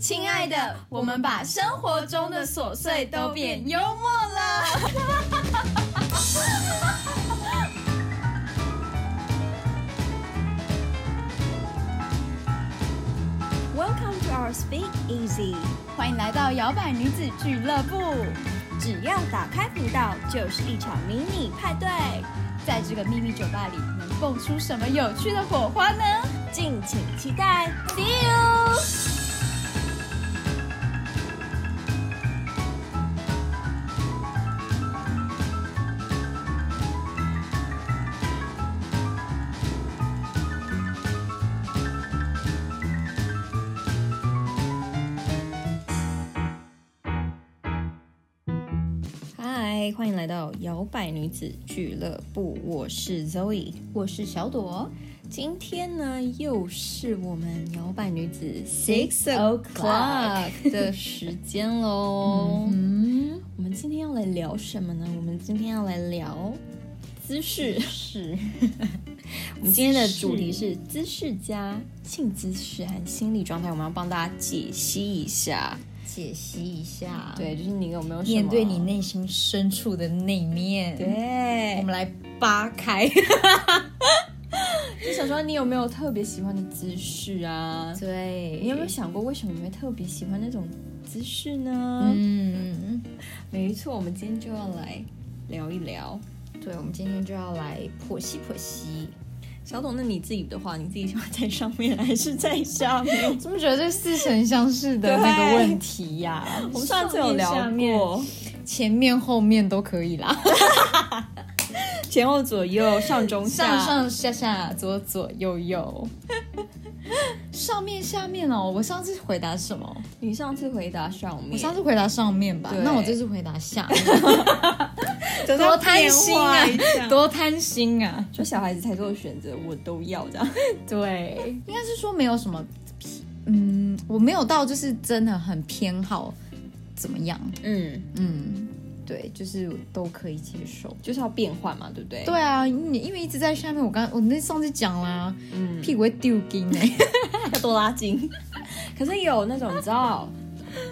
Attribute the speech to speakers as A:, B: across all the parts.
A: 亲爱的，我们把生活中的琐碎都变幽默了。
B: Welcome to our Speak Easy，
A: 欢迎来到摇摆女子俱乐部，
B: 只要打开频道，就是一场迷你派对，
A: 在这个秘密酒吧里，能蹦出什么有趣的火花呢
B: 敬请期待。
A: ？See you。
B: 嗨，欢迎来到摇摆女子俱乐部，我是 Zoe。
A: 我是小朵
B: 今天呢，又是我们摇摆女子
A: Six
B: Six
A: o'clock
B: O'clock 的时间 喽。
A: 嗯，
B: 我们今天要来聊什么呢？我们今天要来聊姿势。是， 我们今天的主题是姿势加性姿势和心理状态，我们要帮大家解析一下。
C: 解析一下，，
B: 对，就是你有没有什么
C: 面对你内心深处的那面，，我
B: 对，
C: 们来扒开。
B: 就想说你有没有特别喜欢的姿势啊？
C: 对
B: 你有没有？想过为什么你会特别喜欢那种姿势呢？
C: 嗯，
B: 没错，我们今天就要来聊一聊。
C: 对，我们今天就要来剖析剖析。
B: 小董，那你自己的话，你自己喜欢在上面还是在下面？
C: 怎么觉得这似曾相识的
B: 那个问
C: 题 呀、
B: 我们上次有聊过，
C: 前面后面都可 以啦，
B: 前后左右、上中下。
C: 上上下下，左左右右， 上面下面哦。我上次回答什么？
B: 你上次回答上面，
C: 我上次回答上面吧
B: 对，
C: 那我这次回答 下面。
B: 多贪心啊！多
C: 多贪心啊！
B: 说小孩子才做的选择，我都要 这样。
C: 对，应该是说没有什么，嗯，我没有到就是真的很偏好怎么样，
B: 嗯，
C: 嗯，对，就是都可以接受。
B: 就是要变换嘛，对不对？
C: 对，啊，你因为一直在下面，我刚我那上次讲啦，
B: 嗯，
C: 屁股会丢筋 哎，
B: 要多拉筋。 可是也有那种你知道，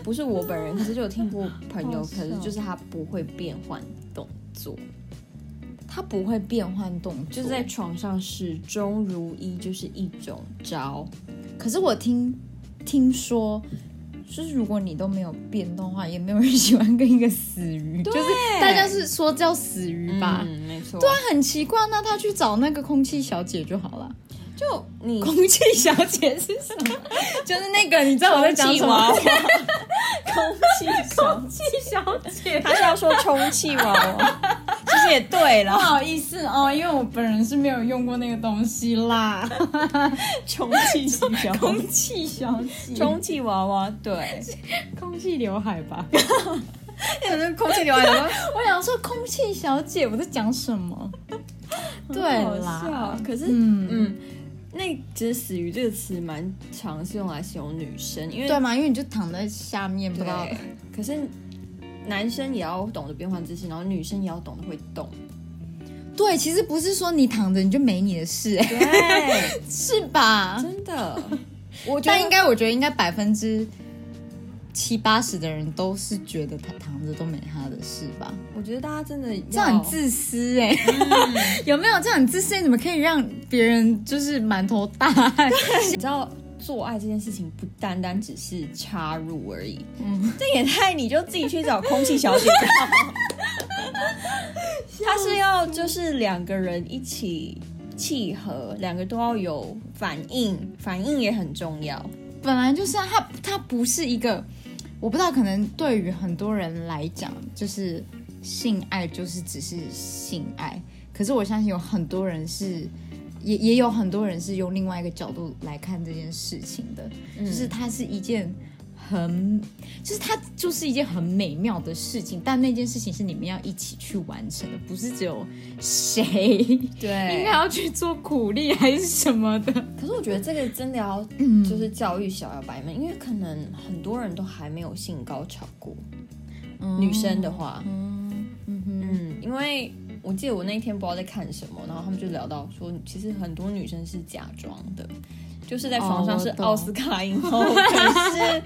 B: 不是我本人，可是就有听过朋友，
C: 好
B: 可
C: 笑
B: 是就是他不会变换动作，
C: 它不会变换动作，
B: 就是在床上始终如一，就是一种招。
C: 可是我听听说。就是如果你都没有变动的话，也没有人喜欢跟一个死鱼，就是大家是说叫死鱼吧，
B: 嗯，没错。对，
C: 那很奇怪，那他去找那个空气小姐就好了。
B: 就你
C: 空气小姐是什么？就是那个，你知道我在讲什 么？
B: 空气小
C: 空气小姐，
B: 他是要说充气娃娃， 其实也对
C: 不
B: 啦，
C: 好意思哦，因为我本人是没有用过那个东西啦。
B: 充气小
C: 空气小姐，
B: 充气娃娃， 对，
C: 空气刘海吧？
B: 有那空气流来，
C: 我想说空气小姐，我在讲什 么？对啦，，
B: 可是
C: 嗯
B: 嗯，那其实“死鱼”这个词蛮常是用来形容女生，因为
C: 对嘛，因为你就躺在下面，不知道
B: 对，可是男生也要懂得变换姿势，然后女生也要懂得会动，
C: 对，其实不是说你躺着你就没你的事， 哎
B: 对，
C: 是吧？
B: 真的， 我觉
C: 但应
B: 得
C: 该，我觉得应该百分之七八十的人都是觉得他躺着都没他的事吧？
B: 我觉得大家真的
C: 这样
B: 要
C: 很自私哎、 有没有这样很自私？你怎么可以让别人就是满头大汗？
B: 你知道，做爱这件事情不单单只是插入而已，嗯，这也太你就自己去找空气小姐就 好。他是要就是两个人一起契合，两个都要有反应，反应也很重要。
C: 本来就是啊，他他不是一个，我不知道，可能对于很多人来讲，就是性爱就是只是性爱，可是我相信有很多人是。也也有很多人是用另外一个角度来看这件事情的，就是它是一件很，就是它就是一件很美妙的事情，但那件事情是你们要一起去完成的，不是只有谁应
B: 对
C: 该要去做苦力还是什么的。
B: 可是我觉得这个真的要
C: 嗯
B: 就是教育小摇摆们，因为可能很多人都还没有性高潮过，女生的话，嗯，因为我记得我那一天不知道在看什么，然后他们就聊到说，其实很多女生是假装的，就是在床上
C: 哦
B: 是
C: 我懂
B: 奥斯卡影后，可是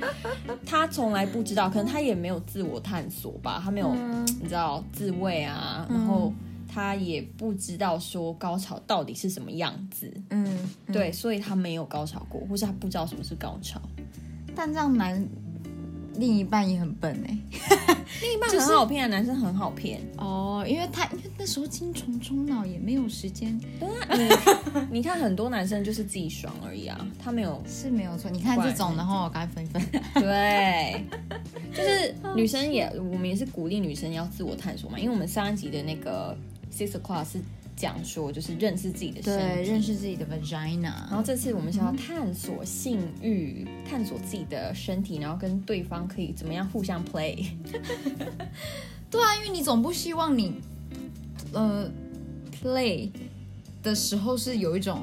B: 他从来不知道，可能他也没有自我探索吧，他没有、
C: 嗯
B: 你知道自慰啊，然后他也不知道说高潮到底是什么样子，
C: 嗯，
B: 对，所以他没有高潮过，或是他不知道什么是高潮。
C: 但这样男另一半也很笨哎、
B: 另一半很好骗啊，男生很好骗。
C: 哦，因为他因为那时候精虫充脑也没有时间，
B: 你看很多男生就是自己爽而已啊，他没 有
C: 是没有错。你看
B: 怪
C: 这种的话，我该分一分。
B: 对，就是女生也，我们也是鼓励女生要自我探索嘛，因为我们上一集的那个 six o'clock 是讲说就是认识自己的身
C: 对，
B: 体，
C: 认识自己的
B: 然
C: vagina。
B: 后这次我们想要探索性欲，探索自己的身体，然后跟对方可以怎么样互相 play。
C: 对啊，因为你总不希望你，呃，play 的时候是有一种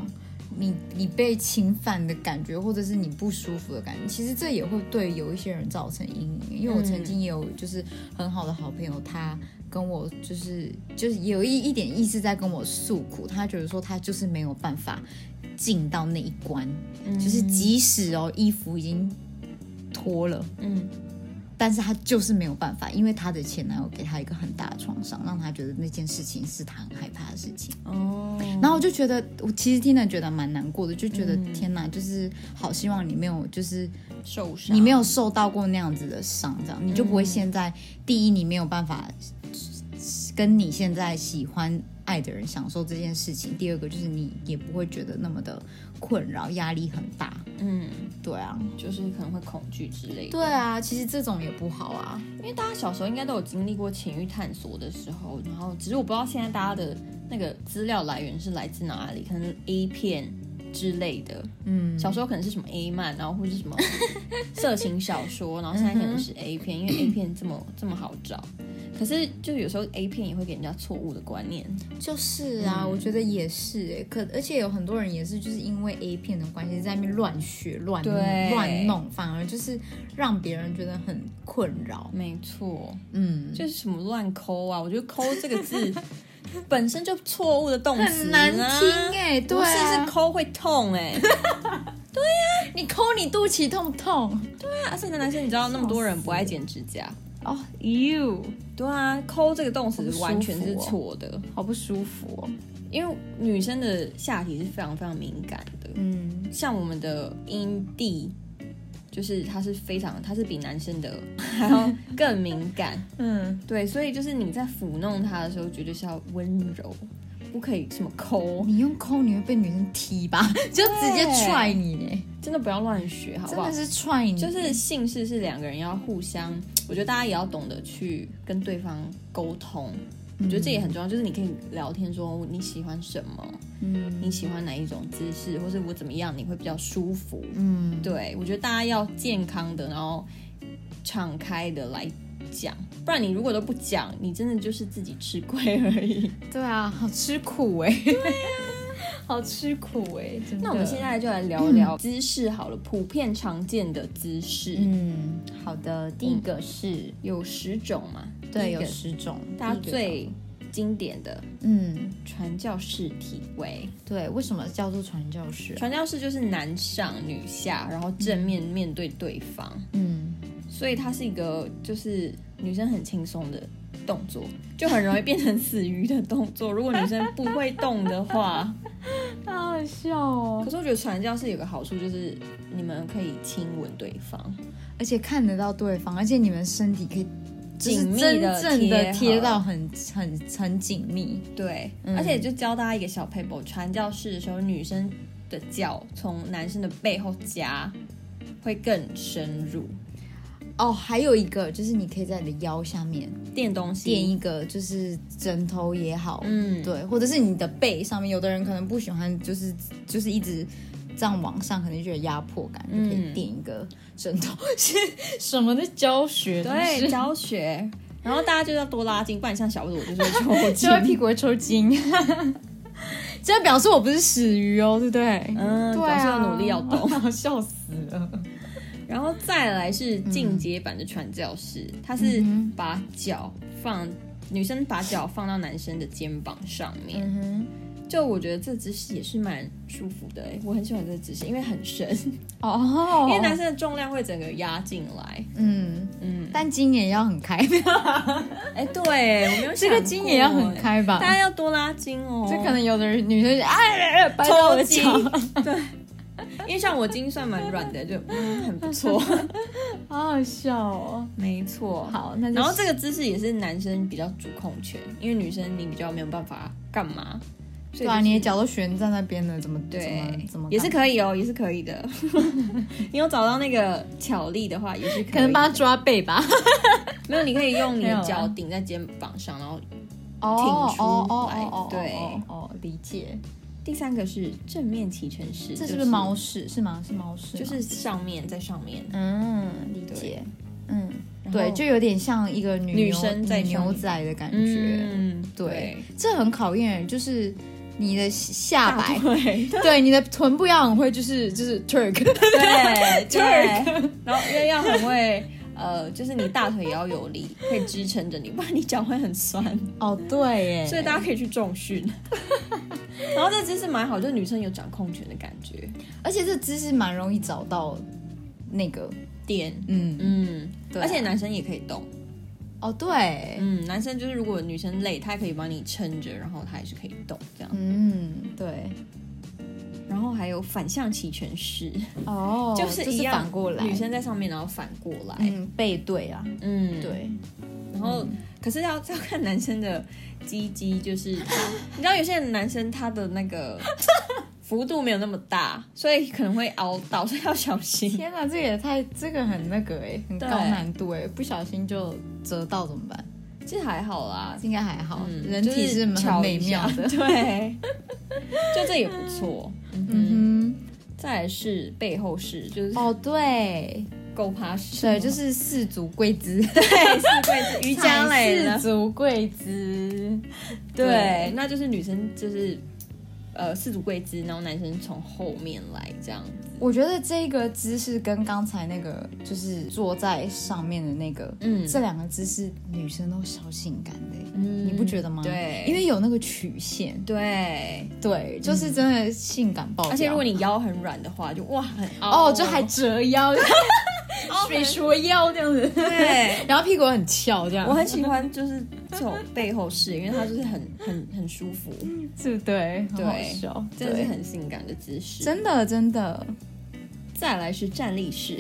C: 你你被侵犯的感觉，或者是你不舒服的感觉。其实这也会对有一些人造成阴影。因为我曾经也有就是很好的好朋友，他跟我就是就是有一一点意思在跟我诉苦，他觉得说他就是没有办法进到那一关，就是即使哦衣服已经脱了。
B: 嗯，
C: 但是她就是没有办法，因为她的前男友给她一个很大的创伤，让她觉得那件事情是她很害怕的事情。
B: 哦，
C: 然后我就觉得，我其实听了觉得蛮难过的，就觉得、天哪，就是好希望你没有，就是
B: 受伤，
C: 你没有受到过那样子的伤，这样你就不会现在、第一你没有办法跟你现在喜欢爱的人享受这件事情，第二个就是你也不会觉得那么的困扰，压力很大。
B: 嗯，
C: 对啊，
B: 就是可能会恐惧之类的。
C: 对啊，其实这种也不好啊。
B: 因为大家小时候应该都有经历过情欲探索的时候，然后只是我不知道现在大家的那个资料来源是来自哪里，可能 A 片之类的。嗯，小时候可能是什么 A 漫，然啊后或 是什么色情小说，然后现在可能
C: 嗯
B: 是 A 片，因为 A 片这么这么好找。可是就有时候 A 片也会给人家错误的观念。
C: 就是啊，我觉得也是哎、可而且有很多人也是就是因为 A 片的关系，在那边乱学乱
B: 对
C: 乱弄，反而就是让别人觉得很困扰。
B: 没错，
C: 嗯，
B: 就是什么乱抠啊！我觉得“抠”这 个字本身就错误的动词、啊，
C: 很难听哎、对
B: 不是
C: 啊，
B: 是抠会痛哎、
C: 你抠你肚脐痛不痛？
B: 啊，而且男生你知道那么多人不爱剪指甲，
C: 哦、you
B: 对啊，抠这个动词完全是错的，
C: 好不舒服哦。
B: 因为女生的下体是非常非常敏感的，
C: 嗯，
B: 像我们的阴蒂，就是它是非常，它是比男生的 还要更敏感，
C: 嗯，
B: 对，所以就是你在抚弄它的时候，绝对是要温柔，不可以什么抠，
C: 哦你用抠你会被女生踢吧？ 就直接踹你、欸，
B: 真的不要乱学，好
C: 真
B: 不好
C: 的？是踹你，
B: 就是性事是两个人要互相，我觉得大家也要懂得去跟对方沟通。我觉得这也很重要，就是你可以聊天说哦你喜欢什么，
C: 嗯
B: 你喜欢哪一种姿势，或是我怎么样你会比较舒服。
C: 嗯，
B: 对我觉得大家要健康的，然后敞开的来讲，不然你如果都不讲，你真的就是自己吃亏而已。
C: 对啊，好吃苦哎、对啊，好吃苦哎、真的
B: 那我们现在就来聊聊姿势好了，普遍常见的姿势、
C: 嗯，好的，第一个是，
B: 有十种嘛？第
C: 对，
B: 一个
C: 有十种，
B: 大家
C: 第一个
B: 最经典的
C: 嗯，
B: 传教士体位，
C: 对，为什么叫做传教士啊？
B: 传教士就是男上女下，然后正面面对对方，
C: 嗯，
B: 所以它是一个就是女生很轻松的动作，就很容易变成死鱼的动 作。如果女生不会动的话，
C: 好好笑哦，
B: 可是我觉得传教士有个好处就是你们可以亲吻对方，
C: 而且看得到对方，而且你们身体可以就是
B: 紧密
C: 真
B: 地
C: 正
B: 贴
C: 的
B: 合
C: 贴到很很很紧密，
B: 对，
C: 嗯
B: 而且就教大家一个小 paper，传教士的时候，女生的脚从男生的背后夹会更深入，
C: 哦，还有一个就是你可以在你的腰下面
B: 垫东西，
C: 垫一个，就是枕头也好，
B: 嗯，
C: 对，或者是你的背上面，有的人可能不喜欢，就是就是一直这样往上，可能觉得压迫感，
B: 嗯
C: 就可以垫一个枕头， 是什么的教学？
B: 对，
C: 真是
B: 教学。然后大家就要多拉筋，不然像小 鹿我就是会抽
C: 就会
B: 筋。
C: 屁股会抽筋。 这样表示我不是死鱼哦，对不对？
B: 嗯，
C: 对
B: 表示
C: 啊，
B: 要努力要懂。，
C: 笑死了。
B: 然后再来是进阶版的传教
C: 嗯
B: 士，他是把脚放女生把脚放到男生的肩膀上面，
C: 嗯哼，
B: 就我觉得这姿势也是蛮舒服的、欸，我很喜欢这个姿势，因为很深，
C: 哦
B: 因为男生的重量会整个压进来。
C: 嗯，
B: 嗯，
C: 但筋也要很开，
B: 哎、对，我没有
C: 这
B: 想
C: 个筋也要很
B: 过欸，
C: 开吧
B: 大？家要多拉筋哦。
C: 这可能有的人女生就哎，掰到我
B: 抽
C: 的
B: 筋
C: 脚，
B: 因为像我筋算蛮软的，就嗯很不 错。
C: 好好笑哦。
B: 没错，
C: 好，那就
B: 然后这个姿势也是男生比较主控权，因为女生你比较没有办法干嘛，所以、
C: 对啊，你的脚都悬在那边了，怎么怎
B: 对
C: 么怎么
B: 也是
C: 干
B: 可以哦，也是可以的。 你有找到那个巧力的话，也是可以的
C: 可能帮他抓背吧？
B: 没有，你可以用你
C: 没有啊
B: 的脚顶在肩膀上。然后
C: 哦
B: 挺出
C: 哦哦
B: 来
C: 哦，
B: 对
C: 哦哦，理解。
B: 第三个是正面骑乘式，
C: 这是
B: 就
C: 不是猫？屎？是吗？是猫屎吗？
B: 就是上面在上面，
C: 嗯，理
B: 对
C: 解。嗯，
B: 然后
C: 对，就有点像一个女
B: 女
C: 牛
B: 生在
C: 女
B: 上
C: 牛
B: 面
C: 仔的感觉。
B: 嗯，
C: 对，这很考验人，就是你的下
B: 大
C: 摆，
B: 腿，
C: 对，你的臀部要很会，就是就是 turk。
B: 对对，然后又要很会，呃，就是你大腿也要有力，可以支撑着你，不然你脚会很酸。
C: 哦， 对耶，
B: 所以大家可以去重训。 然后这姿势蛮好，就是女生有掌控权的感觉。
C: 而且这姿势蛮容易找到那个，
B: 点，
C: 嗯，
B: 嗯，
C: 对啊
B: 而且男生也可以动，
C: 哦，对，
B: 嗯，男生就是如果女生累，他也可以帮你撑着，然后他也是可以动这样。
C: 嗯，对，
B: 然后还有反向骑拳式，
C: 哦，
B: 就是
C: 就
B: 一
C: 是
B: 样
C: 反过来，
B: 女生在上面，然后反过来，
C: 嗯背对啊，
B: 嗯，。
C: 对，
B: 然后，
C: 嗯
B: 可是要 要看男生的鸡鸡，就是你知道有些男生他的 那个幅度没有那么大，所以可能会凹到，所以要 小心。
C: 天哪，啊这也太这个很那个哎，很高
B: 对
C: 难度哎，不小心就折到怎么办？
B: 其实还好啦，
C: 应该还好，
B: 嗯
C: 人体
B: 就是
C: 很
B: 巧
C: 美
B: 一下。
C: 妙的
B: 对，就这也不错。嗯，
C: 嗯
B: 再来是背后式，就是
C: 哼，哦对，
B: 狗爬式吗，
C: 哦对， 就是四足跪姿，
B: 对，是跪姿瑜伽类
C: 四
B: 的。
C: 足跪姿，
B: 对，那就是女生就是呃四足跪姿，然后男生从后面来这样。
C: 我觉得这个姿势跟刚才那个就是坐在上面的那个，
B: 嗯
C: 这两个姿势女生都超性感的、
B: 嗯
C: 你不觉得吗？
B: 对，
C: 因为有那个曲线，
B: 对，
C: 对，就是真的性感爆表。
B: 而且如果你腰很软的话，就哇很凹
C: 哦，就还折 腰，
B: 哦
C: 水蛇腰这样子，
B: 对。
C: 然后屁股很翘这样，
B: 我很喜欢就是这种背后式，因为它就是很很很舒服，
C: 是对，很好
B: 对
C: 笑，
B: 真的
C: 对
B: 是很性感的姿势。
C: 真的真的
B: 再来是站立式，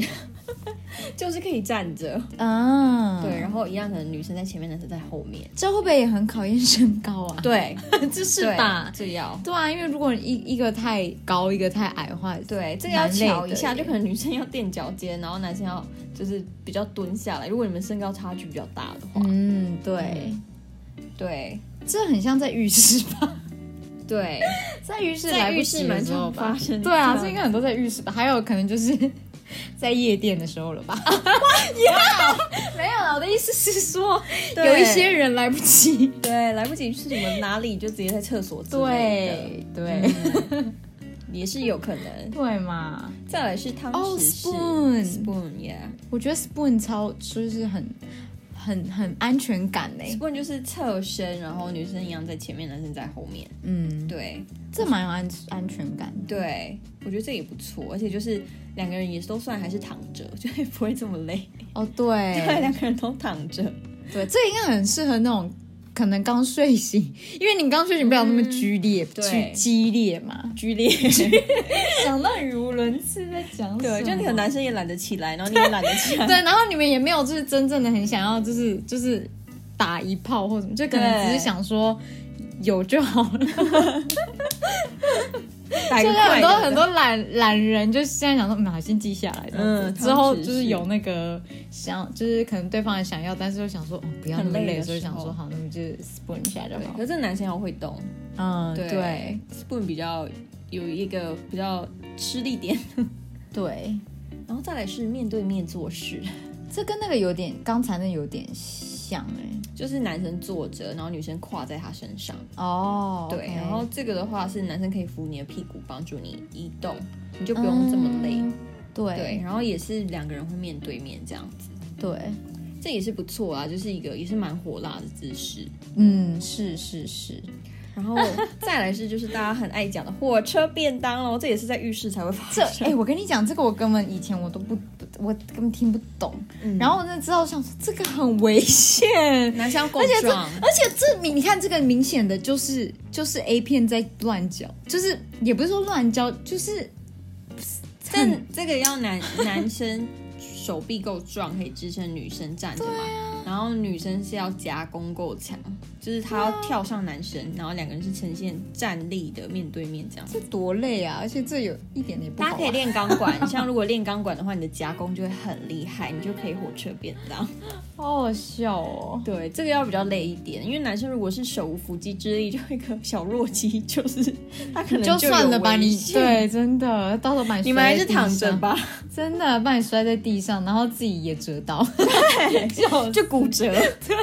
B: 就是可以站着，
C: 啊，
B: 对，，然后一样可能女生在前面，男生在后面，
C: 这会不会也很考验身高啊？
B: 对，
C: 对，就是吧。
B: 这要。
C: 对啊，因为如果一一个太高，一个太矮的话，
B: 对，这个要
C: 蛮累的
B: 瞧一下，
C: 耶
B: 就可能女生要垫脚尖，然后男生要就是比较蹲下来。如果你们身高差距比较大的话，
C: 嗯，对，
B: 对
C: 这很像在浴室吧？
B: 对，
C: 在浴室
B: 在
C: 来不
B: 浴
C: 及
B: 室
C: 的
B: 蛮
C: 时候
B: 常
C: 吧
B: 发？生的。
C: 对啊，这应该很多在浴室吧？还有可能就是 在夜店的时候了 吧？没有啦，我的意思是 说，
B: 对
C: 有一些人来不及。
B: 对来不及去什么哪里，就直接在厕所之类
C: 对对
B: 的， 也是有可能。
C: 对嘛？
B: 再来是汤
C: 哦
B: 匙式
C: spoon
B: spoon yeah。
C: 我觉得 spoon 超就是很很很安全感呢、
B: 不然就是侧身，然后女生一样在前面，男生在后面。
C: 嗯，
B: 对
C: 这蛮有安安全感的。
B: 对，我觉得这也不错，而且就是两个人也都算还是躺着，就也不会这么累。
C: 哦，
B: 对，两个人都躺着。
C: 对，这应该很适合那种可能刚睡醒，因为你刚睡醒不了那么剧烈，
B: 对。
C: 剧激烈嘛
B: 剧烈，
C: 讲到语无伦次，在讲
B: 对，就你可能男生也懒得起来，然后你也懒得 起来，
C: 对，然后你们也没有就是真正的很想要，就是就是打一炮或什么，就可能
B: 对
C: 只是想说有就好了。
B: 摆
C: 现
B: 个
C: 在很
B: 快
C: 多
B: 乐
C: 很多懒懒人，就现在想说，嗯，好先记下来，这样子
B: 嗯
C: 之后
B: 汤匙
C: 就是有那个想，就是可能对方也想要，但是又想说，哦，不要那
B: 很
C: 么
B: 累
C: 累，
B: 的
C: 所以
B: 时
C: 想
B: 候
C: 说，好，那么就 spoon 一下就
B: 对
C: 好
B: 可。是男生要会动，
C: 嗯，
B: 对
C: 对
B: ，spoon 比较有一个比较吃力点，
C: 对。
B: 然后再来是面对面做事，
C: 这跟那个有点，刚才那有点像哎、
B: 就是男生坐着，然后女生跨在他身上，
C: 哦，
B: 对
C: OK
B: 然后这个的话是男生可以扶你的屁股，帮助你移动，你就不用这么累，
C: 嗯对
B: 对，然后也是两个人会面对面这样子，
C: 对，
B: 这也是不错啊，就是一个也是蛮火辣的姿势，
C: 嗯，是是是，
B: 然后再来是就是大家很爱讲的火车便当喽，这也是在浴室才会发
C: 这
B: 生。
C: 哎、我跟你讲，这个我根本以前我都不，我根本听不懂。
B: 嗯
C: 然后我那之后想说，这个很危险，
B: 拿枪
C: 而且这，而且这明你看这个明显的就是就是 A 片在乱教，就是也不是说乱教，就是很
B: 但这个要男男生手臂够壮，可以支撑女生站着嘛。
C: 啊
B: 然后女生是要夹攻够强，就是她要跳上男生，然后两个人是呈现站立的面对面这样。
C: 这多累啊！而且这有一点也不
B: 大
C: 好啊
B: 家可以
C: 玩。
B: 练钢 管，啊像如果练钢管的话，你的夹攻就会很厉害，你就可以火车便当。
C: 好好笑哦。
B: 对，这个要比较累一点，因为男生如果是手无缚鸡之力，就一个小弱鸡，就是他可能
C: 就
B: 有
C: 算了吧，
B: 危
C: 你
B: 险
C: 对，真的，到时候把你
B: 你们还是
C: 摔在
B: 躺
C: 地
B: 着
C: 上，
B: 吧，
C: 真的把你摔在地上，然后自己也折到。
B: 就就 骨折。对，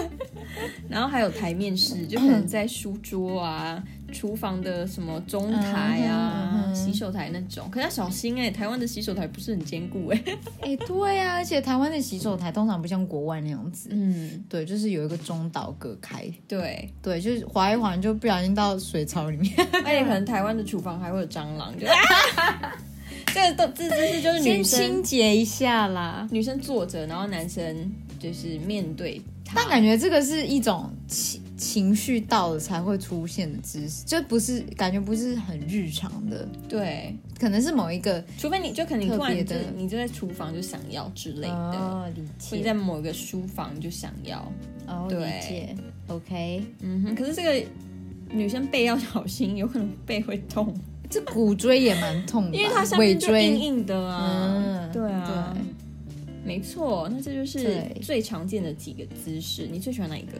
B: 然后还有台面式，就可能在书桌啊、厨房的什么中台
C: 嗯
B: 啊
C: 哼、嗯哼
B: 洗手台那种，可是要小心哎、台湾的洗手台不是很坚固哎、
C: 哎、对呀、而且台湾的洗手台通常不像国外那样子，
B: 嗯，
C: 对，就是有一个中岛隔开，
B: 对，
C: 对，就是滑一滑你就不小心到水槽里面。
B: 而哎且可能台湾的厨房还会有蟑螂， 就。这个都这这是就是女生
C: 洁一下啦。
B: 女生坐着，然后男生就是面对她。
C: 但感觉这个是一种情情绪到了才会出现的姿势，就不是感觉不是很日常的，
B: 对，
C: 可能是某一个
B: 除非你就可能你突
C: 特别
B: 然就
C: 的
B: 你就在厨房就想要之类的，
C: 哦，理
B: 或者
C: 解
B: 在某个书房就想要。
C: 哦，
B: 对
C: 理解，OK，
B: 嗯哼，可是这个女生背要小心， 有可能背会痛，
C: 这骨椎也蛮痛的吧，
B: 因为它下
C: 尾
B: 面就硬
C: 椎，
B: 硬的啊。
C: 嗯
B: 对啊，
C: 对
B: 没错，那这就是
C: 对
B: 最常见的几个姿势。你最喜欢哪一个？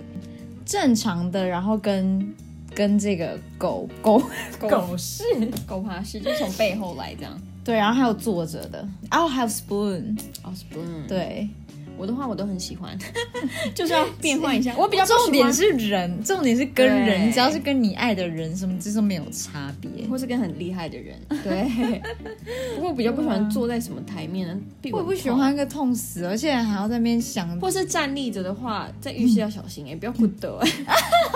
C: 正常的，然后跟跟这个狗狗
B: 狗式，狗爬式， 就是从背后来这样。
C: 对，然后还有坐着的，然后还有 spoon，
B: 哦、spoon，
C: 对，
B: 我的话我都很喜 欢，就是要变换一下。我比较不喜欢
C: 重点是人，重点是跟人，
B: 对
C: 只要是跟你爱的人，什么这都没有差别。
B: 或是跟很厉害的人， 对。不过我比较不喜欢坐在什么台面呢，屁股
C: 我
B: 很
C: 不喜
B: 痛
C: 欢一个痛死，而且还要在那边 想，
B: 或是站立着的话，在浴室要小心哎、欸，不要滚 的、欸，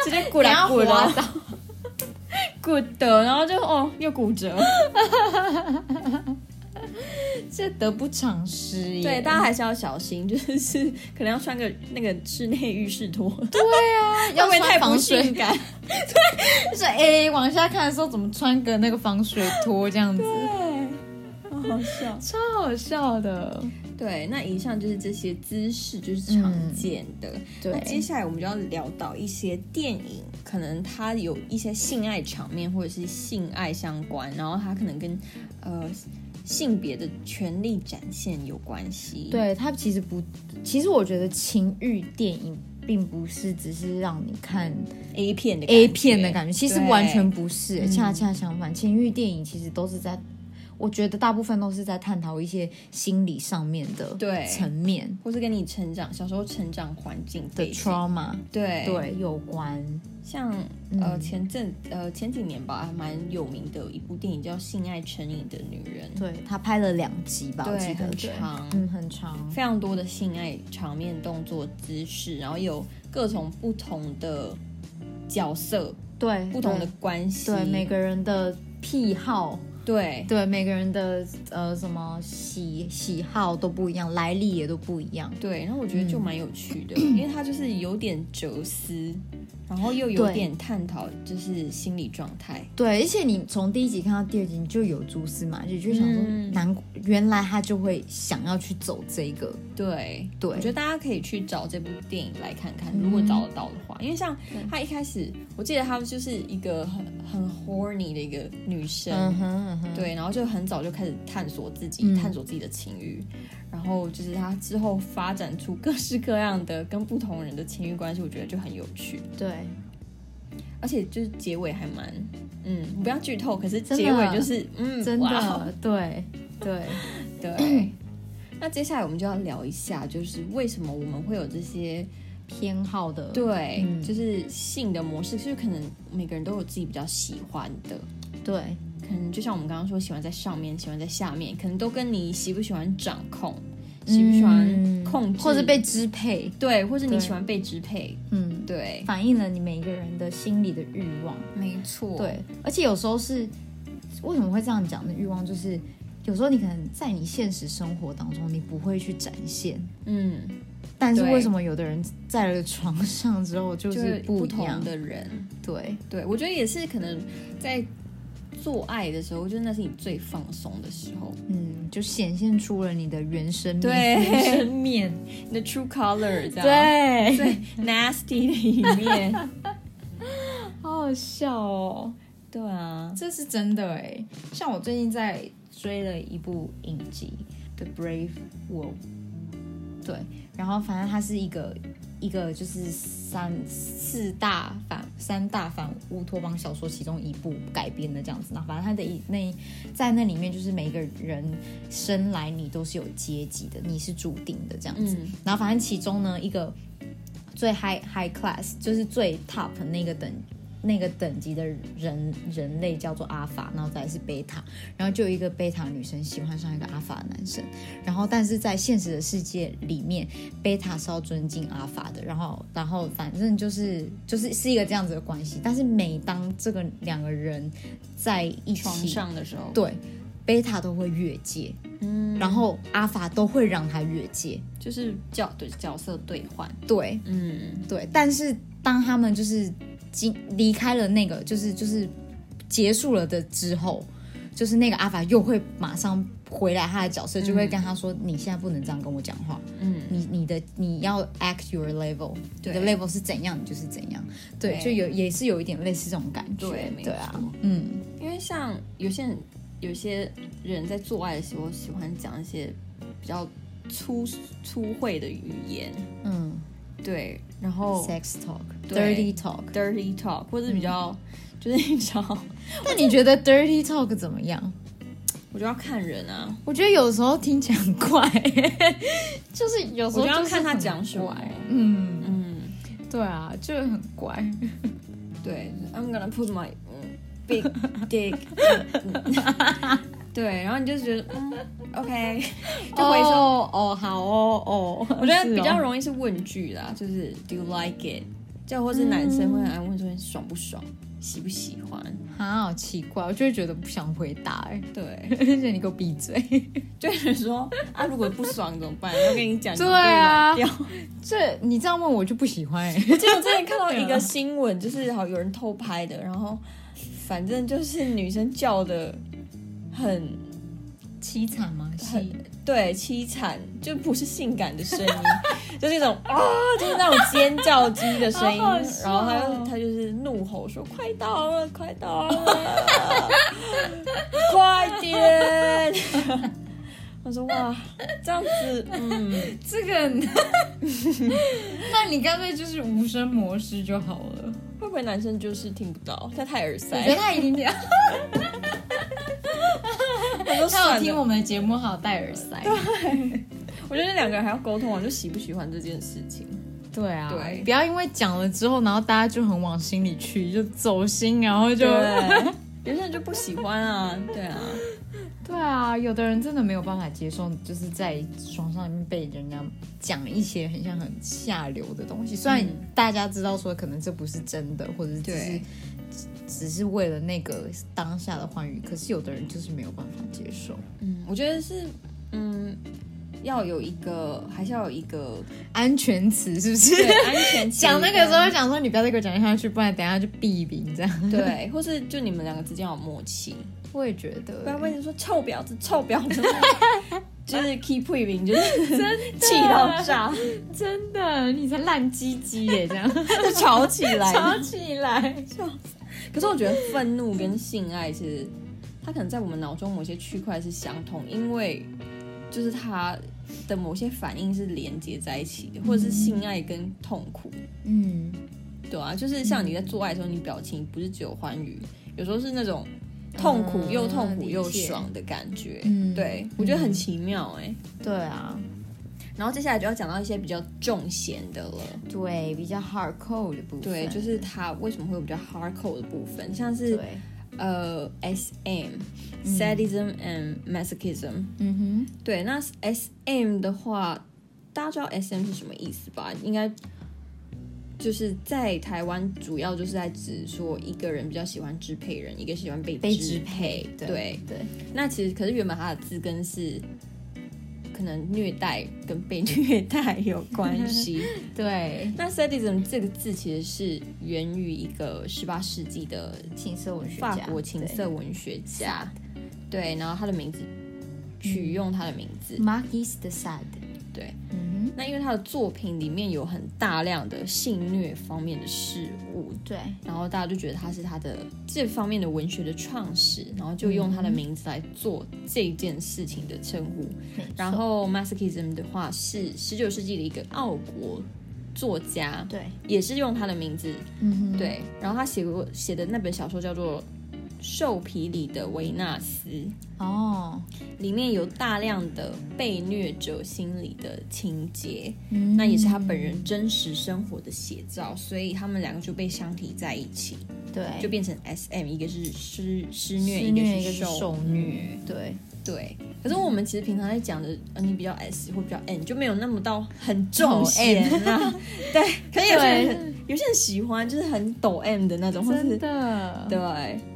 B: 直接滚来
C: 不
B: 滚
C: 要滑
B: 到，滚的，然后就哦又骨折。
C: 这得不偿失耶。
B: 对，大家还是要小心，就是是 可能要穿个那个室内浴室拖，
C: 家
B: 要
C: 要
B: 不然太
C: 穿
B: 不
C: 防水
B: 性，感。
C: 就是哎、往下看的时候怎么穿个那个防水拖这样子，
B: 对，好好笑。
C: 超好笑的。
B: 对，那以上就是这些姿势，就是常见的。
C: 嗯对
B: 那接下来我们就要聊到一些电影，可能它有一些性爱场面或者是性爱相关，然后它可能跟呃性别的权利展现有关系。，
C: 对它其实不，其实我觉得情欲电影并不是只是让你看
B: A 片的感觉
C: A 片的感觉，其实
B: 对嗯
C: 完全不是，恰恰相反，情欲电影其实都是在，我觉得大部分都是在探讨一些心理上面的
B: 对
C: 层面
B: 或是跟你成长小时候成长环境
C: 的
B: 背景
C: trauma
B: 对
C: 对有关。嗯
B: 像呃前阵呃前几年吧，还蛮有名的一部电影叫《性爱成瘾的女人》，
C: 对他拍了两集吧，我
B: 对
C: 记得
B: 很
C: 对
B: 长
C: 嗯，很长。
B: 非常多的性爱场面、动作、姿势，然后有各种不同的角色、
C: 嗯对，
B: 不同的关系，
C: 对对每个人的癖好，
B: 对
C: 对每个人的呃什么喜喜好都不一样，来历也都不一样。
B: 对然后我觉
C: 嗯
B: 得就蛮有趣的，因为它就是有点哲思，然后又有
C: 对
B: 点探讨就是心理状态。
C: 对，而且你从第一集看到第二集，你就有蛛丝马迹，就想说
B: 嗯
C: 难，原来他就会想要去走这个。
B: 对，
C: 对嗯
B: 我觉得大家可以去找这部电影来看看，如果找得到的话，因为像她一开始，我记得她就是一个很很 horny 的一个女生，
C: 哼嗯哼，
B: 对，然后就很早就开始探索自己，
C: 嗯
B: 探索自己的情欲，然后就是她之后发展出各式各样的跟不同人的情欲关系，我觉得就很有趣，
C: 对，
B: 而且就是结尾还蛮，嗯，不要剧透，可是
C: 真的
B: 结尾就是，嗯，
C: 真
B: 哇哦
C: 的，对对，
B: 对。那接下来我们就要聊一下，就是为什么我们会有这些
C: 偏好的，
B: 对，
C: 嗯
B: 就是性的模式，就是可能每个人都有自己比较喜欢的，
C: 对
B: 可能就像我们刚刚说，喜欢在上面，喜欢在下面，可能都跟你喜不喜欢掌控，喜不喜欢控
C: 嗯
B: 制，
C: 或者被支配，
B: 对，或者你
C: 对
B: 喜欢被支配，
C: 嗯，
B: 对，
C: 反映了你每一个人的心理的欲望。
B: 没错，，
C: 对，而且有时候是为什么会这样讲的欲望，就是有时候你可能在你现实生活当中你不会去展现，
B: 嗯，
C: 但是
B: 对
C: 为什么有的人在了床上之后就
B: 就是是不
C: 一样
B: 同？的人，
C: 对，
B: 对，我觉得也是可能在做爱的时候，就是那是你最放松的时候。
C: 嗯，就显现出了你的原生面。
B: 对， 原生面，你的 true color，这样
C: 对，
B: 最 nasty 的一 面。
C: 好好笑哦，
B: 对啊，
C: 这是真的哎。像我最近在追了一部影集《The Brave World》，对，然后反正它是一个一个就是三四大反三大反乌托邦小说其中一部改编的这样子。那反正它的一那在那里面就是每个人生来你都是有阶级的，你是注定的这样子。
B: 嗯
C: 然后反正其中呢一个最 high high class 就是最 top 那个等那个等级的人人类叫做阿法，然后再来是贝塔，然后就有一个贝塔女生喜欢上一个阿法的男生，然后但是在现实的世界里面，贝塔是要尊敬阿法的，然后然后反正就是就是是一个这样子的关系，但是每当这个两个人在一
B: 床
C: 起，
B: 上的时候，
C: 对，贝塔都会越界，
B: 嗯，
C: 然后阿法都会让他越界，
B: 就是角对角色兑换，
C: 对，
B: 嗯，
C: 对，但是当他们就是经离开了那个，就是就是结束了的之后，就是那个阿法又会马上回来他的角色，就会跟他说：“你现在不能这样跟我讲话，
B: 嗯，
C: 你你的你要 act your level，你
B: 对
C: 的 level 是怎样，你就是怎样。”对，
B: 对
C: 就有也是有一点类似这种感觉，
B: 对没
C: 对啊
B: 错，
C: 嗯，
B: 因为像有些人有些人在做爱的时候喜欢讲一些比较粗粗秽的语言，
C: 嗯
B: 对，然后
C: ，sex talk，dirty
B: 哦
C: talk。
B: 对 dirty talk 或者比较、就是比较，
C: 那你觉得 dirty talk 怎么样？
B: 我就要看人啊，
C: 我觉得有时候听起来很怪， 就是有时
B: 我
C: 候
B: 就要
C: 就是
B: 看他
C: 很
B: 讲什么
C: 怪。嗯，
B: 嗯，
C: 对啊，就很 怪。
B: 对，I'm gonna put my 嗯 big dick，嗯 对，然后你就觉得嗯 OK，就回收。
C: 哦哦，好哦 哦，
B: 我觉得比较容易是问句啦，就是 Do you like it？就或是男生会很爱问说你爽不爽，喜不喜欢？
C: 啊，好奇怪，我就会觉得不想回答哎，
B: 对，
C: 而且你给我闭嘴，
B: 就有人说 啊，如果不爽怎么办？我跟你讲，你
C: 对啊
B: 就被买掉
C: 这你这样问我就不喜欢哎，
B: 我记得我之前看到一个新闻，就是好有人偷拍的，然后反正就是女生叫的很
C: 凄惨吗？
B: 很对凄惨，就不是性感的声音， 就是那种啊，就是那种尖叫鸡的声音，
C: 好好笑
B: 然后他就他就是怒吼说：“快到了，快到了， 快点！” 我说：“哇，这样子，嗯，
C: 这个， 那你干脆就是无声模式就好 了。
B: 会不会男生就是听不到？他太耳塞
C: 我觉得。他一定这 样，”
B: 我说：“
C: 他
B: 算
C: 有听
B: 了。
C: 我们的节目，好戴耳塞。”
B: 我觉得两个人还要沟通啊，就喜不喜欢这件事情。
C: 对啊，
B: 对
C: 不要因为讲了之后，然后大家就很往心里去，就走心，然 后就
B: 对，有些人就不喜欢啊，对啊，
C: 对啊，有的人真的没有办法接受，就是在床上里面被人家讲一些很像很下流的东西。虽然
B: 嗯
C: 大家知道说可能这不是真的，或者是只是
B: 对
C: 只是为了那个当下的欢愉，可是有的人就是没有办法接受。
B: 嗯，我觉得是，嗯，要有一个，还是要有一个
C: 安全词是不 是？
B: 对安全啊期
C: 讲那个时候讲说你不要再给我讲下去，不然等一下就毙命这样。
B: 跟，对，或是就你们两个之间有默契，
C: 我也觉
B: 不
C: 得
B: 然问你说臭婊子，臭婊子， 就是 keep 不赢，就是气到炸，
C: 真的，你才烂鸡鸡耶，这样
B: 就 吵起来。
C: 起来。
B: 可是我觉得愤怒跟性爱其实，它可能在我们脑中某些区块是相同，因为就是它的某些反应是连接在一起的，或者是性爱跟痛苦。
C: 嗯，
B: 对啊，就是像你在做爱的时候，你表情不是只有欢愉，有时候是那种痛苦
C: 嗯
B: 又痛苦
C: 理
B: 又
C: 解
B: 爽的感觉。
C: 嗯
B: 对
C: 嗯
B: 我觉得很奇妙哎、
C: 对啊，
B: 然后接下来就要讲到一些比较重咸的了，
C: 对，比较 hardcore 的部分，
B: 对，就是它为什么会有比较 hardcore 的部分，像是
C: 对，
B: 呃 S M、sadism and masochism。
C: 嗯
B: 对，那 S M 的话，大家知道 S M 是什么意思吧？应该就是在台湾主要就是在指说一个人比较喜欢支配人，一个喜欢被
C: 被
B: 支
C: 支配对
B: 对，
C: 对，
B: 那其实可是原本它的字根是可能虐待跟被虐待有关 系。
C: 对，
B: 那 sadism 这个字其实是源于一个十八世纪的
C: 情色文学家，
B: 法国情色文学家，对，然后他的名字取用他的名字，
C: m a r k i s de Sade，
B: 对。
C: 嗯
B: 那因为他的作品里面有很大量的性虐方面的事物，
C: 哼，对，
B: 然后大家就觉得他是他的这方面的文学的创始，然后就用他的名字来做这件事情的称呼。
C: 没错
B: 然后 masochism 的话是十九世纪的一个奥国作家，
C: 对，
B: 也是用他的名字。
C: 嗯哼，
B: 对，然后他写过写的那本小说叫做《兽皮里的维纳斯》，
C: 哦，
B: 里面有大量的被虐者心理的情节，
C: 嗯
B: 那也是他本人真实生活的写照，所以他们两个就被相提在一起，
C: 嗯对，
B: 就变成 S M，一个是施
C: 施
B: 施虐，
C: 虐
B: 一个
C: 是
B: 是
C: 受
B: 受。
C: 虐，对，
B: 对，可是我们其实平常在讲的，呃，你比较 S 或比较 N，就没有那么到很重弦啊。对，可是有些人很有些人喜欢就是很抖 M 的那种，或是
C: 的，
B: 对，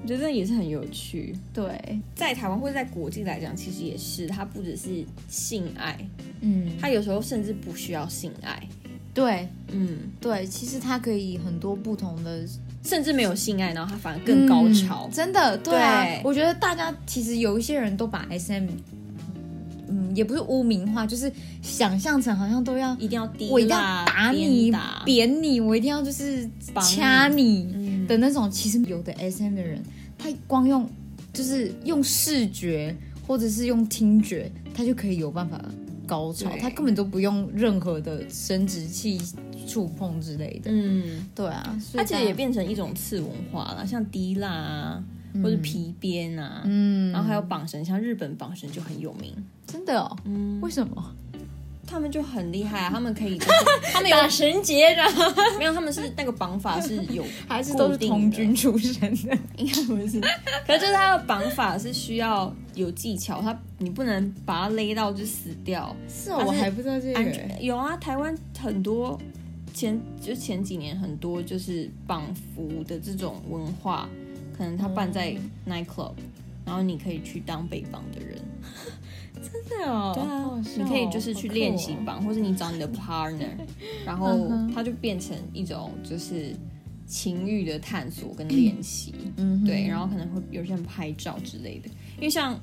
B: 我觉得这也是很有趣。
C: 对，
B: 在台湾或者在国际来讲，其实也是，它不只是性爱，
C: 嗯，
B: 它有时候甚至不需要性爱，
C: 对
B: 嗯，
C: 对，其实它可以很多不同的
B: 甚至没有性爱，然后它反而更高潮。
C: 嗯真的，对啊，
B: 对
C: 我觉得大家其实有一些人都把 S M，嗯，也不是污名化，就是想象成好像都要。
B: 一定要滴，
C: 我一定要打你
B: 鞭打、
C: 扁你，我一定要就是
B: 绑你
C: 掐你
B: 嗯
C: 的那种。其实有的 S M 的人，他光用就是用视觉或者是用听觉，他就可以有办法高潮
B: 对，
C: 他根本都不用任何的生殖器触碰之类的。
B: 嗯，
C: 对啊，所以
B: 它其实也变成一种次文化了，像滴蜡啊，或者皮鞭啊，
C: 嗯，
B: 然后还有绑绳，像日本绑绳就很有名，
C: 真的哦，
B: 嗯，
C: 为什么？
B: 他们就很厉害啊，他们可以、就是他们有
C: 绳结的，
B: 没有，他们是那个绑法是有
C: 还是都
B: 固
C: 是
B: 定
C: 童
B: 的
C: 军出身的？
B: 应该不是，可是就是它的绑法是需要有技巧，它你不能把它勒到就死掉。
C: 是
B: 他
C: 哦，
B: 是
C: 我还不知道这个
B: 安
C: 欸。
B: 全有啊，台湾很多前就前几年很多就是绑服的这种文化，可能它办在
C: 嗯
B: nightclub，、然后你可以去当被绑的人，
C: 真的哦
B: 对啊，你可以就是去练习绑，或者你找你的 partner，然后
C: 嗯哼
B: 它就变成一种就是情欲的探索跟练习。
C: 嗯，
B: 对，然后可能会有些人拍照之类的，因为像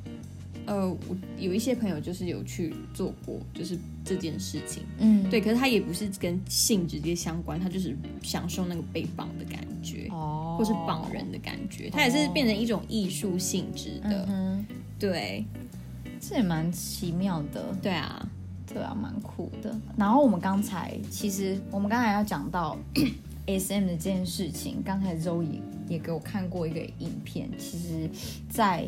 B: 呃，我有一些朋友就是有去做过，就是这件事情，
C: 嗯，
B: 对，可是他也不是跟性直接相关，他就是享受那个被绑的感觉，
C: 哦，
B: 或是绑人的感觉，他也是变成一种艺术性质的，
C: 嗯
B: 对，
C: 哼，这也蛮奇妙的，
B: 对啊，
C: 对啊，蛮酷的。然后我们刚才其实我们刚才要讲到 S M 的这件事情，刚才周也也给我看过一个影片，其实在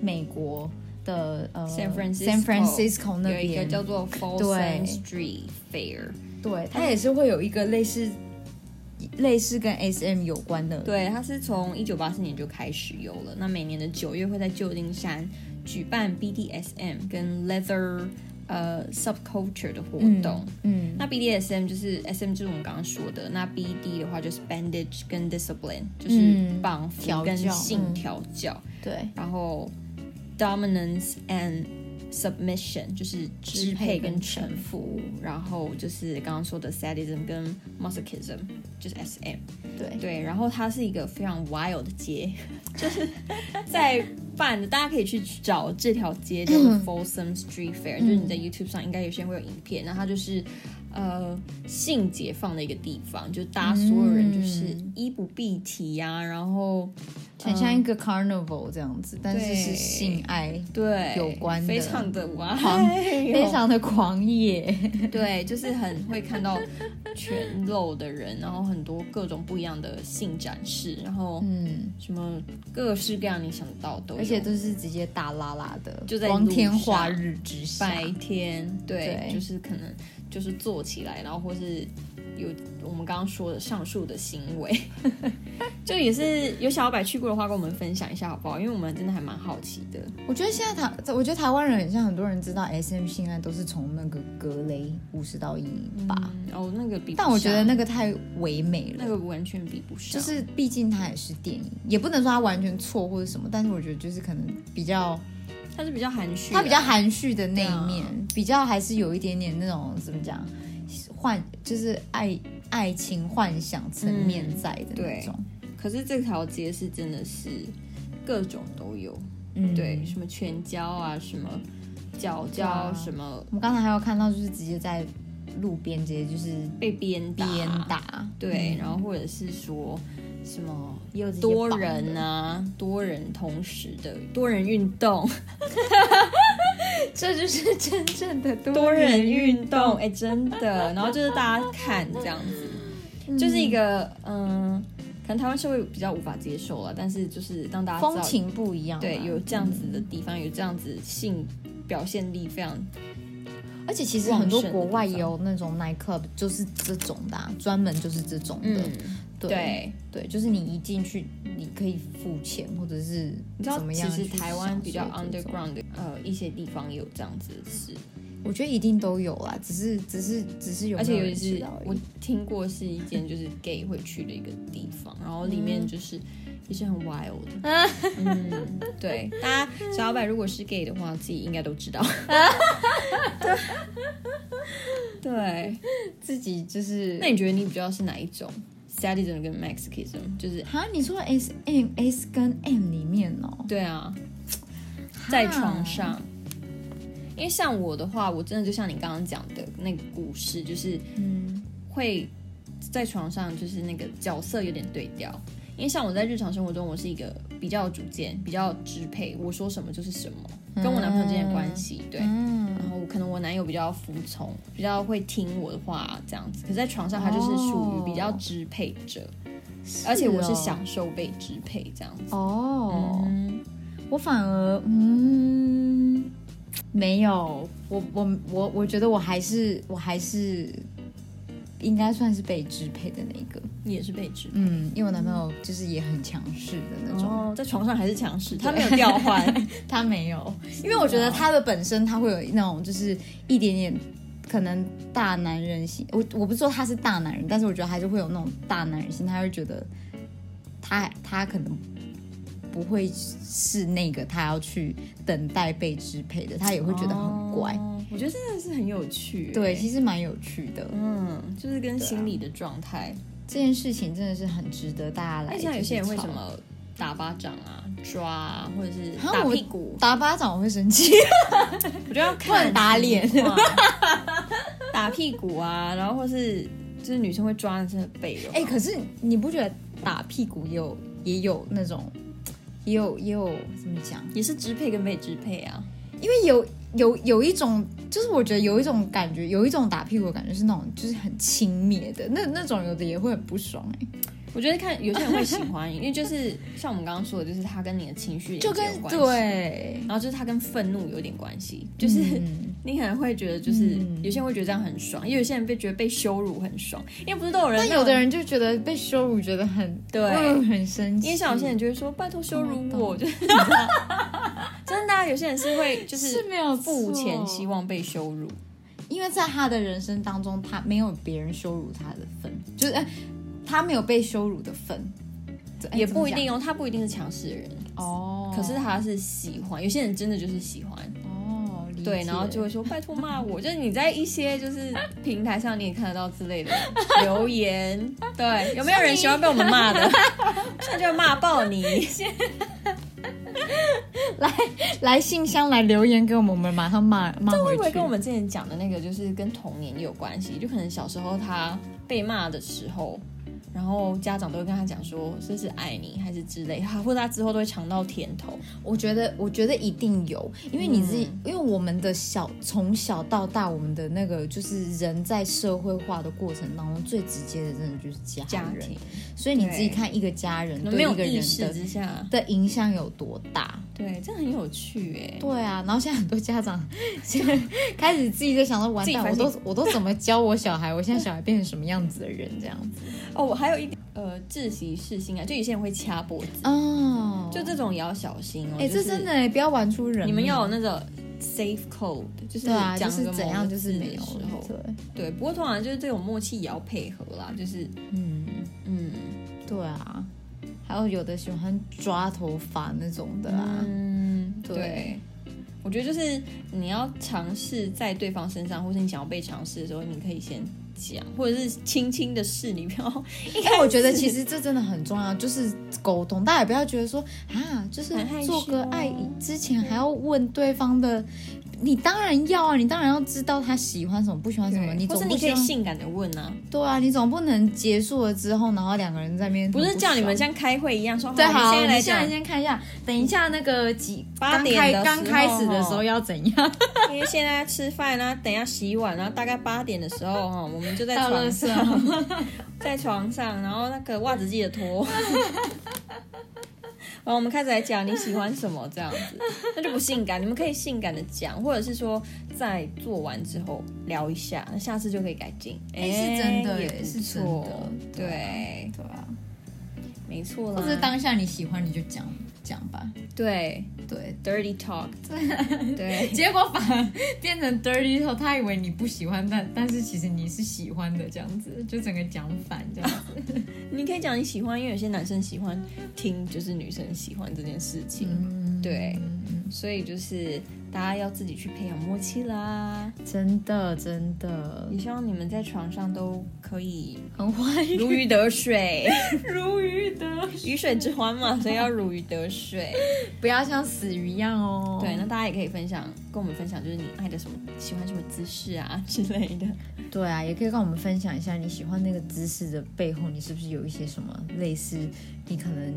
C: 美国的呃
B: San Francisco
C: San Francisco 那
B: 有一个
C: 边
B: 叫做 Folsom
C: 对
B: Street Fair，
C: 对，它也是会有一个类似类似跟 S M 有关的，
B: 对，它是从一九八四年就开始有了。那每年的九月会在旧金山举办 BDSM 跟 Leather 呃 Subculture 的活动。
C: 嗯，
B: 那 BDSM 就是 SM 就是我们刚刚说的，那 BD 的话就是 bandage 跟 discipline，就是
C: 嗯
B: 绑服
C: 调
B: 跟
C: 教
B: 性
C: 嗯
B: 调教，
C: 对，
B: 然后 dominance and submission 就是支配跟臣服，然后就是刚刚说的 sadism 跟 masochism 就是 SM。
C: 对，
B: 对，然后它是一个非常 wild 的街， 就是在办的，大家可以去找这条街叫做
C: 嗯
B: Folsom Street Fair，、就是你在 YouTube 上应该有些人会有影片，那它就是。呃，性解放的一个地方，就大家
C: 嗯
B: 所有人就是衣不蔽体呀、然后
C: 很
B: 嗯
C: 像一个 carnival 这样子，但是是性
B: 哎
C: 爱，
B: 对
C: 有关的
B: 非常的哇，
C: 非常的狂
B: 哎
C: 野，
B: 对，就是很会看到全露的人，然后很多各种不一样的性展示，然后
C: 嗯，
B: 什么各式各样你想到都有，
C: 而且都是直接大拉拉的，
B: 就在
C: 光天
B: 路上
C: 化日之下，
B: 白天，对，
C: 对
B: 就是可能就是坐做起来，然后或是有我们刚刚说的上述的行 为，就也是有小白去过的话，跟我们分享一下好不好？因为我们真的还蛮好奇的。
C: 我觉得现在台，我觉得台湾人很像很多人知道 S M 性爱都是从那个格雷五十到一八，
B: 哦，那个比不
C: 但我觉得那
B: 上
C: 个太唯美了
B: 那。个完全比不
C: 就
B: 上，
C: 是毕竟它也是电影，也不能说它完全错或者什么，但是我觉得就是可能比较
B: 它是比较含蓄啊，
C: 它比较含蓄的那一面，
B: 对
C: 比较还是有一点点那种怎么讲幻，就是爱爱情幻想层面
B: 嗯
C: 在的那
B: 对
C: 种。
B: 可是这条街是真的是各种都有，
C: 嗯
B: 对，什么全胶啊，什么脚胶，
C: 啊
B: 什么
C: 我们刚才还有看到，就是直接在路边直接就是
B: 被鞭打，
C: 鞭打，
B: 对，然后或者是说什么
C: 也有直接
B: 多
C: 绑的
B: 人啊，多人同时的多人运 动，
C: 这就是真正的
B: 多人运动，哎、真的，然后就是大家看这样子，就是一个嗯。可能台湾社会比较无法接受了，但是就是让大家知道
C: 风情嗯不一样啊，
B: 对有这样子的地方，有这样子性表现力非常
C: 而且其实很多国外也有那种 night club，就是这种的、啊，专门就是这种的。
B: 嗯
C: 对
B: 对
C: 对就是你一进去，你可以付钱，或者是
B: 你知道
C: 怎么，
B: 其
C: 样
B: 实
C: 去
B: 台湾
C: 享
B: 比较
C: 受这种
B: underground 的呃一些地方也有这样子的事，
C: 我觉得一定都有啦，只是只是只是有
B: 而
C: 没
B: 且
C: 有
B: 尤
C: 人
B: 其
C: 知
B: 是
C: 道而已，
B: 我听过是一间就是 gay 会去的一个地方，然后里
C: 嗯
B: 面就是也是很 wild 的。嗯，对，大家小老板如果是 gay 的话，自己应该都 知道。对，
C: 自己就是
B: 那你觉得你比较是哪一种？sadism 跟 masochism 就是
C: 哈，你说 S M S 跟 M 里面哦，
B: 对啊，在床上。因为像我的话，我真的就像你刚刚讲的那个故事，就是
C: 嗯，
B: 会在床上就是那个角色有点对调。因为像我在日常生活中，我是一个比较有主见、比较支配，我说什么就是什么，跟我男朋友之间的关系，对。然后可能我男友比较服从，比较会听我的话这样子。可在床上，他就是属于比较支配者，而且我是
C: 哦
B: 享受被支配这样子。
C: 哦，
B: 嗯
C: 我反而嗯没有，我我我我觉得我还是我还是应该算是被支配的那一个，
B: 你也是被支配。
C: 嗯，因为我男朋友就是也很强势的那种，
B: 哦，在床上还是强势，他没有调换，
C: 他没有，因为我觉得
B: 啊
C: 他的本身他会有那种就是一点点。可能大男人心，我我不是说他是大男人，但是我觉得还是会有那种大男人心，他会觉得他他可能不会是那个他要去等待被支配的，他也会觉得很怪。
B: 哦我觉得真的是很有趣、欸
C: 对，，啊其实蛮有趣的，
B: 嗯，就是跟心理的状态。
C: 这件事情真的是很值得大家来。
B: 那像有些人会什？么打巴掌啊、抓啊，或者是
C: 啊
B: 打
C: 我
B: 屁股，
C: 打巴掌我会生气，
B: 我觉得要
C: 不能
B: 看
C: 打脸。
B: 哇 打屁股啊，然后或是就是女生会抓男生的背哦。
C: 哎、可是你不觉得打屁股也有也有那种，也有也有怎么讲？
B: 也是支配跟被支配啊，
C: 因为有有有一种，就是我觉得有一种感觉，有一种打屁股的感觉是那种就是很轻蔑的，那那种有的也会很不爽哎、
B: 我觉得看有些人会喜 欢，因为就是像我们刚刚说的，就是他跟你的情绪
C: 就
B: 连接有
C: 跟
B: 关系，
C: 对，
B: 然后就是他跟愤怒有点关系，就是、
C: 嗯
B: 你可能会觉得，就是、
C: 嗯
B: 有些人会觉得这样很爽，也有些人被觉得被羞辱很爽，因为不是都有人
C: 但
B: 那种，
C: 有的人就觉得被羞辱，觉得很
B: 对
C: 嗯很生气。
B: 因为像有些人就会说拜托羞辱我，
C: 我
B: 就是 真的啊、有些人是会就是
C: 是没有
B: 付
C: 错
B: 钱希，望被羞辱，
C: 因为在他的人生当中，他没有别人羞辱他的份，就是、哎他没有被羞辱的份，哎
B: 也
C: 怎么
B: 不一
C: 讲
B: 定哦，他不一定是强势的人，
C: 哦，
B: 可是他是喜欢，有些人真的就是喜欢，
C: 哦，理
B: 对，
C: 解
B: 然后就会说拜托 骂我，就是你在一些就是平台上你也看得到之类的 留言，对，有没有人喜欢被我们骂的？ 现在就会骂爆你。
C: 来信箱来留言给我们，我们马上骂骂
B: 会
C: 回
B: 不
C: 去
B: 会。跟我们之前讲的那个，就是跟童年也有关系？就可能小时候他被骂的时候，然后家长都会跟他讲说这是爱你还是之类，或者他之后都会尝到甜头。
C: 我觉得，我觉得一定有，因为你自
B: 嗯
C: 己，因为我们的小从小到大，我们的那个就是人在社会化的过程当中，最直接的真的就是家
B: 家
C: 人。
B: 庭
C: 所以你自己看一个家人
B: 可能
C: 对
B: 没
C: 一
B: 有
C: 个
B: 意
C: 人
B: 识
C: 的
B: 之下，
C: 的影响有多大。
B: 对，这很有趣哎、
C: 对啊，然后现在很多家长 现在开始自己就想说，完
B: 自己
C: 蛋，
B: 反
C: 我
B: 省
C: 都我都怎么教我小孩，我现在小孩变成什么样子的人这样子？
B: 哦，我还有一点呃窒息式性啊，就有些人会掐脖子，
C: 哦，
B: 就这种也要小心哦。
C: 哎、
B: 就是
C: 这真的、不要玩出人命。
B: 你们要有那个 safe code，就是
C: 对啊，就
B: 讲
C: 是
B: 个
C: 怎样
B: 某
C: 就是
B: 字
C: 没
B: 的
C: 有
B: 时
C: 了
B: 候，
C: 对，
B: 对。不过通常就是这种默契也要配合啦，就是
C: 嗯，
B: 嗯
C: 对啊，还有有的喜欢抓头发那种的啊，
B: 嗯，
C: 对
B: 对。我觉得就是你要尝试在对方身上，或是你想要被尝试的时候，你可以先讲，或者是轻轻的试，你 不要
C: 哎、我觉得其实这真的很重要，就是沟通。大家也不要觉得说啊，就是
B: 很害羞
C: 做个爱之前还要问对方的，你当然要啊，你当然要知道他喜欢什么，不喜欢什 么。你
B: 或
C: 总
B: 是
C: 不
B: 你可以
C: 希望
B: 性感的问啊，
C: 对啊，你总不能结束了之后，然后两个人在面
B: 不是叫你们
C: 家
B: 像开会一样说，
C: 对
B: 好，
C: 好，
B: 我们现在来
C: 你现
B: 讲
C: 在先看一下，等一下那个几
B: 八
C: 刚
B: 点
C: 开
B: 的时
C: 刚开始的
B: 候
C: 时候
B: 哦
C: 要怎样？
B: 因为现在要吃饭啊，等一下洗碗啊，大概八点的时候哈，我们就在
C: 到垃
B: 床
C: 圾
B: 上，在床上，然后那个袜子记得脱。 然后我们开始来讲你喜欢什么这样子，那就不性感。你们可以性感的讲，或者是说在做完之后聊一下，那下次就可以改进。哎、
C: 是真的
B: 也
C: 耶
B: 不
C: 是真
B: 错
C: 的
B: 对，
C: 对啊，
B: 没错啦。
C: 或者当下你喜欢你就讲讲吧，
B: 对
C: 对。
B: dirty talk，对，
C: 结果反而变成 dirty 后，他以为你不喜欢，但但是其实你是喜欢的，这样子就整个讲反这样子。
B: 你可以讲你喜欢，因为有些男生喜欢听，就是女生喜欢这件事情。
C: 嗯
B: 对，所以就是大家要自己去培养默契啦。
C: 真的真的
B: 也希望你们在床上都可以
C: 很欢
B: 如鱼 得水，
C: 如鱼得，
B: 鱼水之欢嘛，所以要如鱼得水。
C: 不要像死鱼一样哦。
B: 对，那大家也可以分享，跟我们分享就是你爱的什么，喜欢什么姿势啊之类的。
C: 对啊，也可以跟我们分享一下你喜欢那个姿势的背后，你是不是有一些什么类似你可能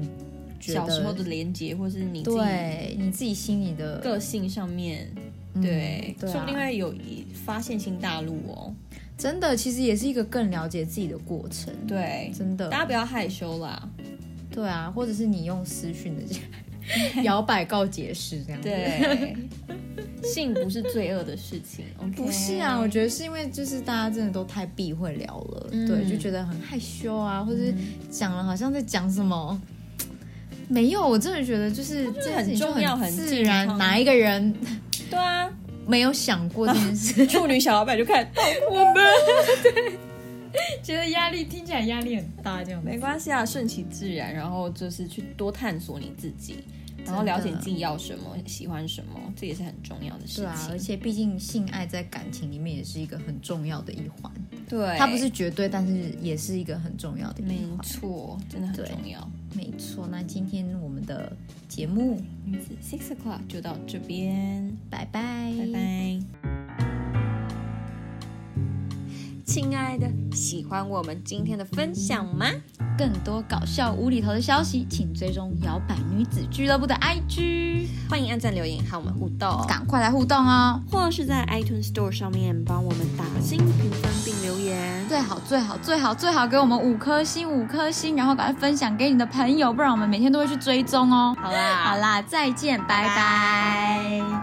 C: 觉得
B: 小时候的连结，或是你自己
C: 对你自己心里的
B: 个性上面，
C: 嗯
B: 对，
C: 对啊
B: 说不定会有一发现新大陆哦。
C: 真的其实也是一个更了解自己的过程。
B: 对，
C: 真的，
B: 大家不要害羞啦。
C: 对啊，或者是你用私讯的 摇摆告解释这样子。
B: 对，性不是罪恶的事情，OK？
C: 不是啊，我觉得是因为就是大家真的都太避讳聊了，
B: 嗯
C: 对，就觉得很害羞啊，或者是讲了好像在讲什么。没有，我真的觉得就是这件事情就
B: 很重要
C: 很
B: 很
C: 自
B: 健
C: 然。
B: 康
C: 哪一个人
B: 得对啊，
C: 没有想过这件事？
B: 处女小老板就看我们
C: 觉得压力听起来压力很大，这样子
B: 没关系啊，顺其自然，然后就是去多探索你自己，然后了解你自己要什么，喜欢什么，这也是很重要的事
C: 对啊，而
B: 情。
C: 且毕竟性爱在感情里面也是一个很重要的一环，
B: 对，
C: 它不是绝对，但是也是一个很重要的一
B: 没
C: 环。
B: 错，真的很
C: 对
B: 重要。
C: 没错，那今天我们的节目，
B: 女子 Six O'clock 就到这边，
C: 拜拜，
B: 拜拜。亲爱的，喜欢我们今天的分享吗？
C: 更多搞笑无厘头的消息，请追踪摇摆女子俱乐部的 IG，
B: 欢迎按赞留言和我们互动，
C: 赶快来互动哦！
B: 或是在 iTunes Store 上面帮我们打新评分并留言。
C: 最好最好最好最好给我们五颗星五颗星，然后赶快分享给你的朋友，不然我们每天都会去追踪哦。
B: 好啦，
C: 好啦，再见，拜拜